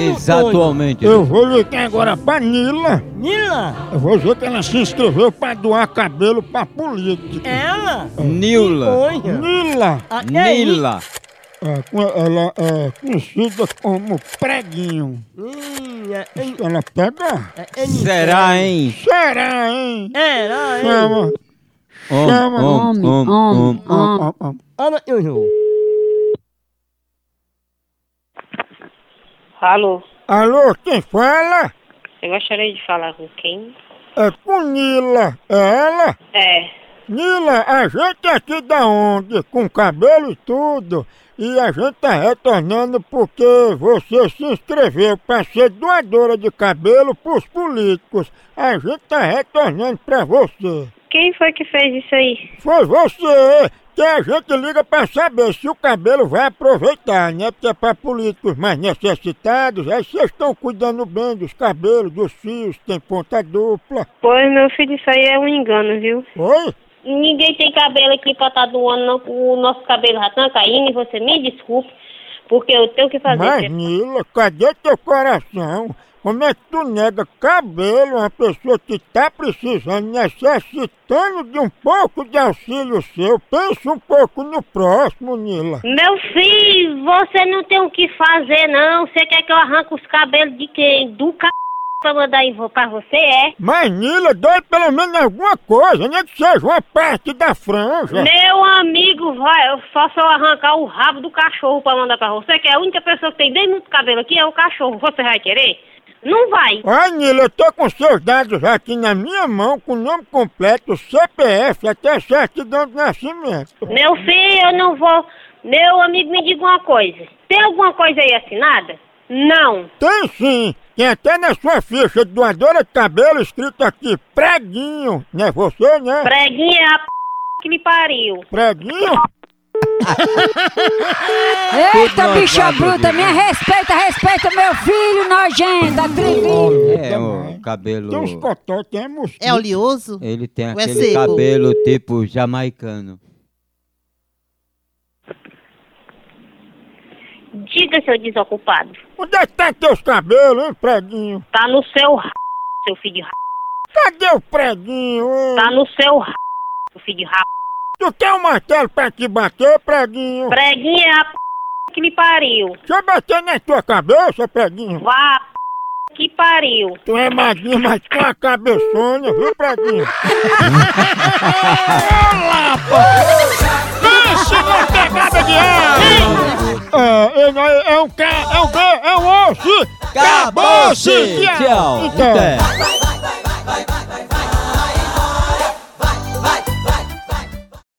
Exatamente. Eu vou ligar agora pra Nila. Nila? Eu vou ver que ela se inscreveu pra doar cabelo pra política. Ela? Nila. Olha. Nila, Ah, e aí? Nila. é, com- ela é conhecida como preguinho. Ih, é- é- Ela pega. é- é- Será, hein? Será, hein? Era, hein? Chama. Om, Chama. om, om, om. Ó, ó, ó. Olha, eu jogo. Alô, Alô, quem fala? eu gostaria de falar com quem? É com Nila. É ela? É, Nila, a gente aqui da ONG, com cabelo e tudo, e a gente tá retornando porque você se inscreveu pra ser doadora de cabelo pros políticos. A gente tá retornando pra você. quem foi que fez isso aí? Foi você que a gente liga pra saber se o cabelo vai aproveitar, né? Porque é pra políticos mais necessitados, aí vocês estão cuidando bem dos cabelos, dos fios, tem ponta dupla. Pois, meu filho, isso aí é um engano, viu? Oi? Ninguém tem cabelo aqui pra tá doando, não. O nosso cabelo já tá caindo e você me desculpe, porque eu tenho que fazer. Mas, Nila, cadê teu coração? Como é que tu nega cabelo a uma pessoa que tá precisando, necessitando de um pouco de auxílio seu? Pensa um pouco no próximo, Nila. Meu filho, você não tem o que fazer, não. Você quer que eu arranque os cabelos de quem? Do c... pra mandar em vo- pra você, é? Mas, Nila, dói pelo menos alguma coisa, nem que seja uma parte da franja. Meu amigo, vai, só se eu arrancar o rabo do cachorro pra mandar pra você, que é a única pessoa que tem bem muito cabelo aqui é o cachorro. Você vai querer? Não vai. Olha, Nila, eu tô com seus dados aqui na minha mão, com o nome completo, CPF, até certidão de nascimento. Meu filho, eu não vou. Meu amigo, me diga uma coisa. Tem alguma coisa aí assinada? Não. Tem sim! Tem até na sua ficha de doadora de cabelo escrito aqui, preguinho! Não é você, né? Preguinha é a p... que me pariu. Preguinho? Eita, bicha nojento, bruta, bicho. minha respeita, respeita meu filho nojento, acredita. É, o cabelo. Tem uns cotó, tem mosquito. É oleoso? Ele tem Ou é aquele seco? cabelo tipo jamaicano. Diga, seu desocupado. Onde é que tá teus cabelos, hein, preguinho? Tá no seu r... seu filho de r... Cadê o preguinho, hein? Tá no seu r... seu filho de r... Tu tem um martelo pra te bater, preguinho? Preguinha é a p... que me pariu. Deixa eu bater na tua cabeça, preguinho. Vá a p... que pariu. Tu é magrinho, mas tu é uma cabeçona, viu, preguinho? Pense na pegada de É, é, é, é um ca... é um ca... é um osso! Acabou-se! Tchau! Tchau! Então. Até. Vai, vai,